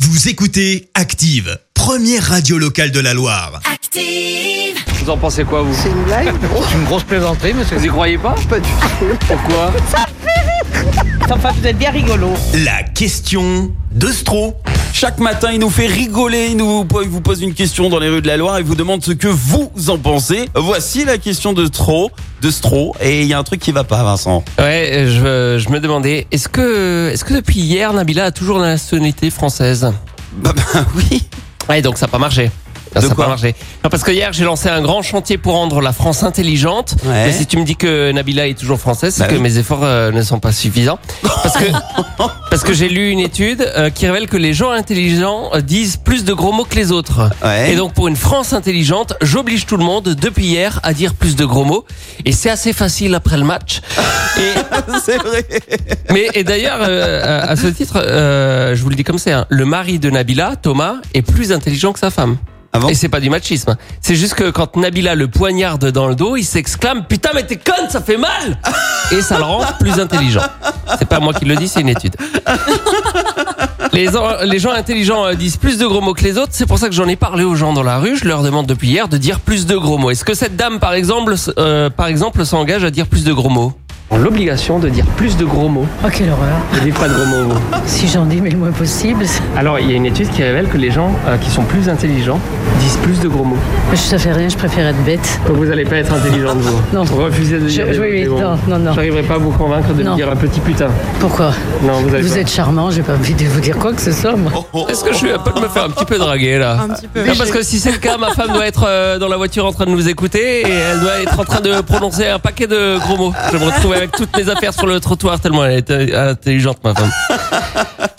Vous écoutez Active, première radio locale de la Loire. Active! Vous en pensez quoi, vous C'est une blague C'est une grosse plaisanterie, monsieur. Vous y croyez pas Pas du tout. Pourquoi Enfin, vous êtes bien rigolo. La question de Stro. Chaque matin, il nous fait rigoler, il, nous, il vous pose une question dans les rues de la Loire et vous demande ce que vous en pensez. Voici la question de Stro, de Stro, et il y a un truc qui va pas, Vincent. Ouais, euh, je, euh, je me demandais, est-ce que, est-ce que depuis hier, Nabila a toujours la nationalité française Bah, bah oui. Ouais, donc ça n'a pas marché. Ça De n'a quoi pas marché. Non, parce que hier, j'ai lancé un grand chantier pour rendre la France intelligente. Ouais. Mais si tu me dis que Nabila est toujours française, c'est Bah que oui. mes efforts euh, ne sont pas suffisants. Parce que, parce que j'ai lu une étude euh, qui révèle que les gens intelligents euh, disent plus de gros mots que les autres. Ouais. Et donc, pour une France intelligente, j'oblige tout le monde, depuis hier, à dire plus de gros mots. Et c'est assez facile après le match. Et, C'est vrai. Mais et d'ailleurs, euh, à, à ce titre, euh, je vous le dis comme c'est, hein, le mari de Nabila, Thomas, est plus intelligent que sa femme. Ah bon et c'est pas du machisme. hein. C'est juste que quand Nabila le poignarde dans le dos, il s'exclame Putain, mais t'es conne, ça fait mal Et ça le rend plus intelligent. C'est pas moi qui le dis, c'est une étude. Les, en- les gens intelligents euh, disent plus de gros mots que les autres. C'est pour ça que j'en ai parlé aux gens dans la rue. Je leur demande depuis hier de dire plus de gros mots. Est-ce que cette dame, par exemple, s- euh, par exemple, s'engage à dire plus de gros mots L'obligation de dire plus de gros mots. Oh quelle horreur Vous dites pas de gros mots. vous. Si j'en dis mais le moins possible, ça- Alors, il y a une étude qui révèle que les gens euh, qui sont plus intelligents disent plus de gros mots. je ça fait rien, je préfère être bête. Donc, vous n'allez pas être intelligent de vous. Non. Vous refusez de Je- dire des- oui, oui, des gros non, mots. non, non. J'arriverai pas à vous convaincre de Non. dire un petit putain. Pourquoi Non, vous allez Vous pas. êtes charmant, j'ai pas envie de vous dire quoi que ce soit moi. Est-ce que je suis à peu de me faire un petit peu draguer là Un petit peu. Non, parce que si c'est le cas, ma femme doit être euh, dans la voiture en train de nous écouter et elle doit être en train de prononcer un paquet de gros mots. Je me retrouve avec toutes mes affaires sur le trottoir tellement elle est euh, intelligente, ma femme.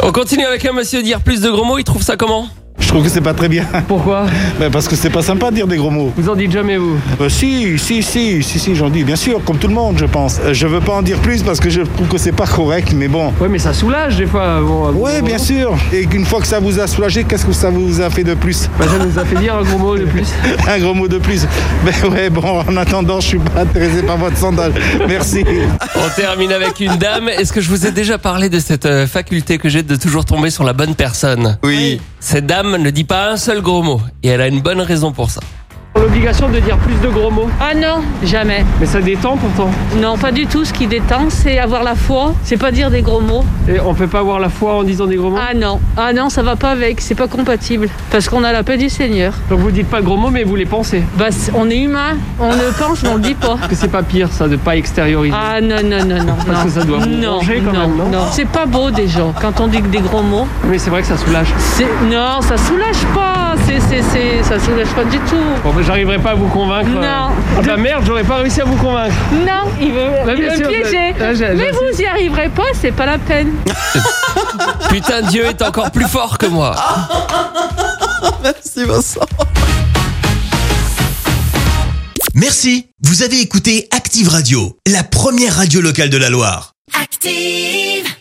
On continue avec un monsieur dire plus de gros mots. Il trouve ça comment Je trouve que c'est pas très bien. Pourquoi Ben, parce que c'est pas sympa de dire des gros mots. Vous en dites jamais vous. Euh, si, si, si, si, si, j'en dis, bien sûr, comme tout le monde, je pense. Euh, je veux pas en dire plus parce que je trouve que c'est pas correct, mais bon. Ouais, mais ça soulage des fois. euh, Bon, Oui, bien sûr. Et qu'une fois que ça vous a soulagé, qu'est-ce que ça vous a fait de plus ça nous a fait dire un gros mot de plus. Un gros mot de plus. Ben ouais, bon, en attendant, je suis pas intéressé par votre sandale. Merci. On termine avec une dame. Est-ce que je vous ai déjà parlé de cette euh, faculté que j'ai de toujours tomber sur la bonne personne Oui. Cette dame ne dit pas un seul gros mot et elle a une bonne raison pour ça. L'obligation de dire plus de gros mots. Ah non, jamais. Mais ça détend pourtant. Non, pas du tout. Ce qui détend, c'est avoir la foi. C'est pas dire des gros mots. Et on peut pas avoir la foi en disant des gros mots. Ah non, ah non, ça va pas avec. C'est pas compatible. Parce qu'on a la paix du Seigneur. Donc vous dites pas gros mots, mais vous les pensez. Bah, c'est- on est humain. On ne pense, mais on le dit pas. Parce que c'est pas pire ça de pas extérioriser. Ah non, non, non, non. Parce non. que ça doit vous non, manger quand non, même, non C'est pas beau des gens. Quand on dit que des gros mots, Mais c'est vrai que ça soulage. c'est. Non, ça soulage pas. C'est, c'est, c'est... Ça soulage pas du tout. Bon, bah, j'arriverai pas à vous convaincre. Non. Ah bah merde, j'aurais pas réussi à vous convaincre. Non, il veut, Bah, il bien veut sûr, piéger. je- ah, je- Mais je- vous y arriverez pas, c'est pas la peine. Putain, Dieu est encore plus fort que moi. Merci, Vincent. Merci. Vous avez écouté Active Radio, la première radio locale de la Loire. Active!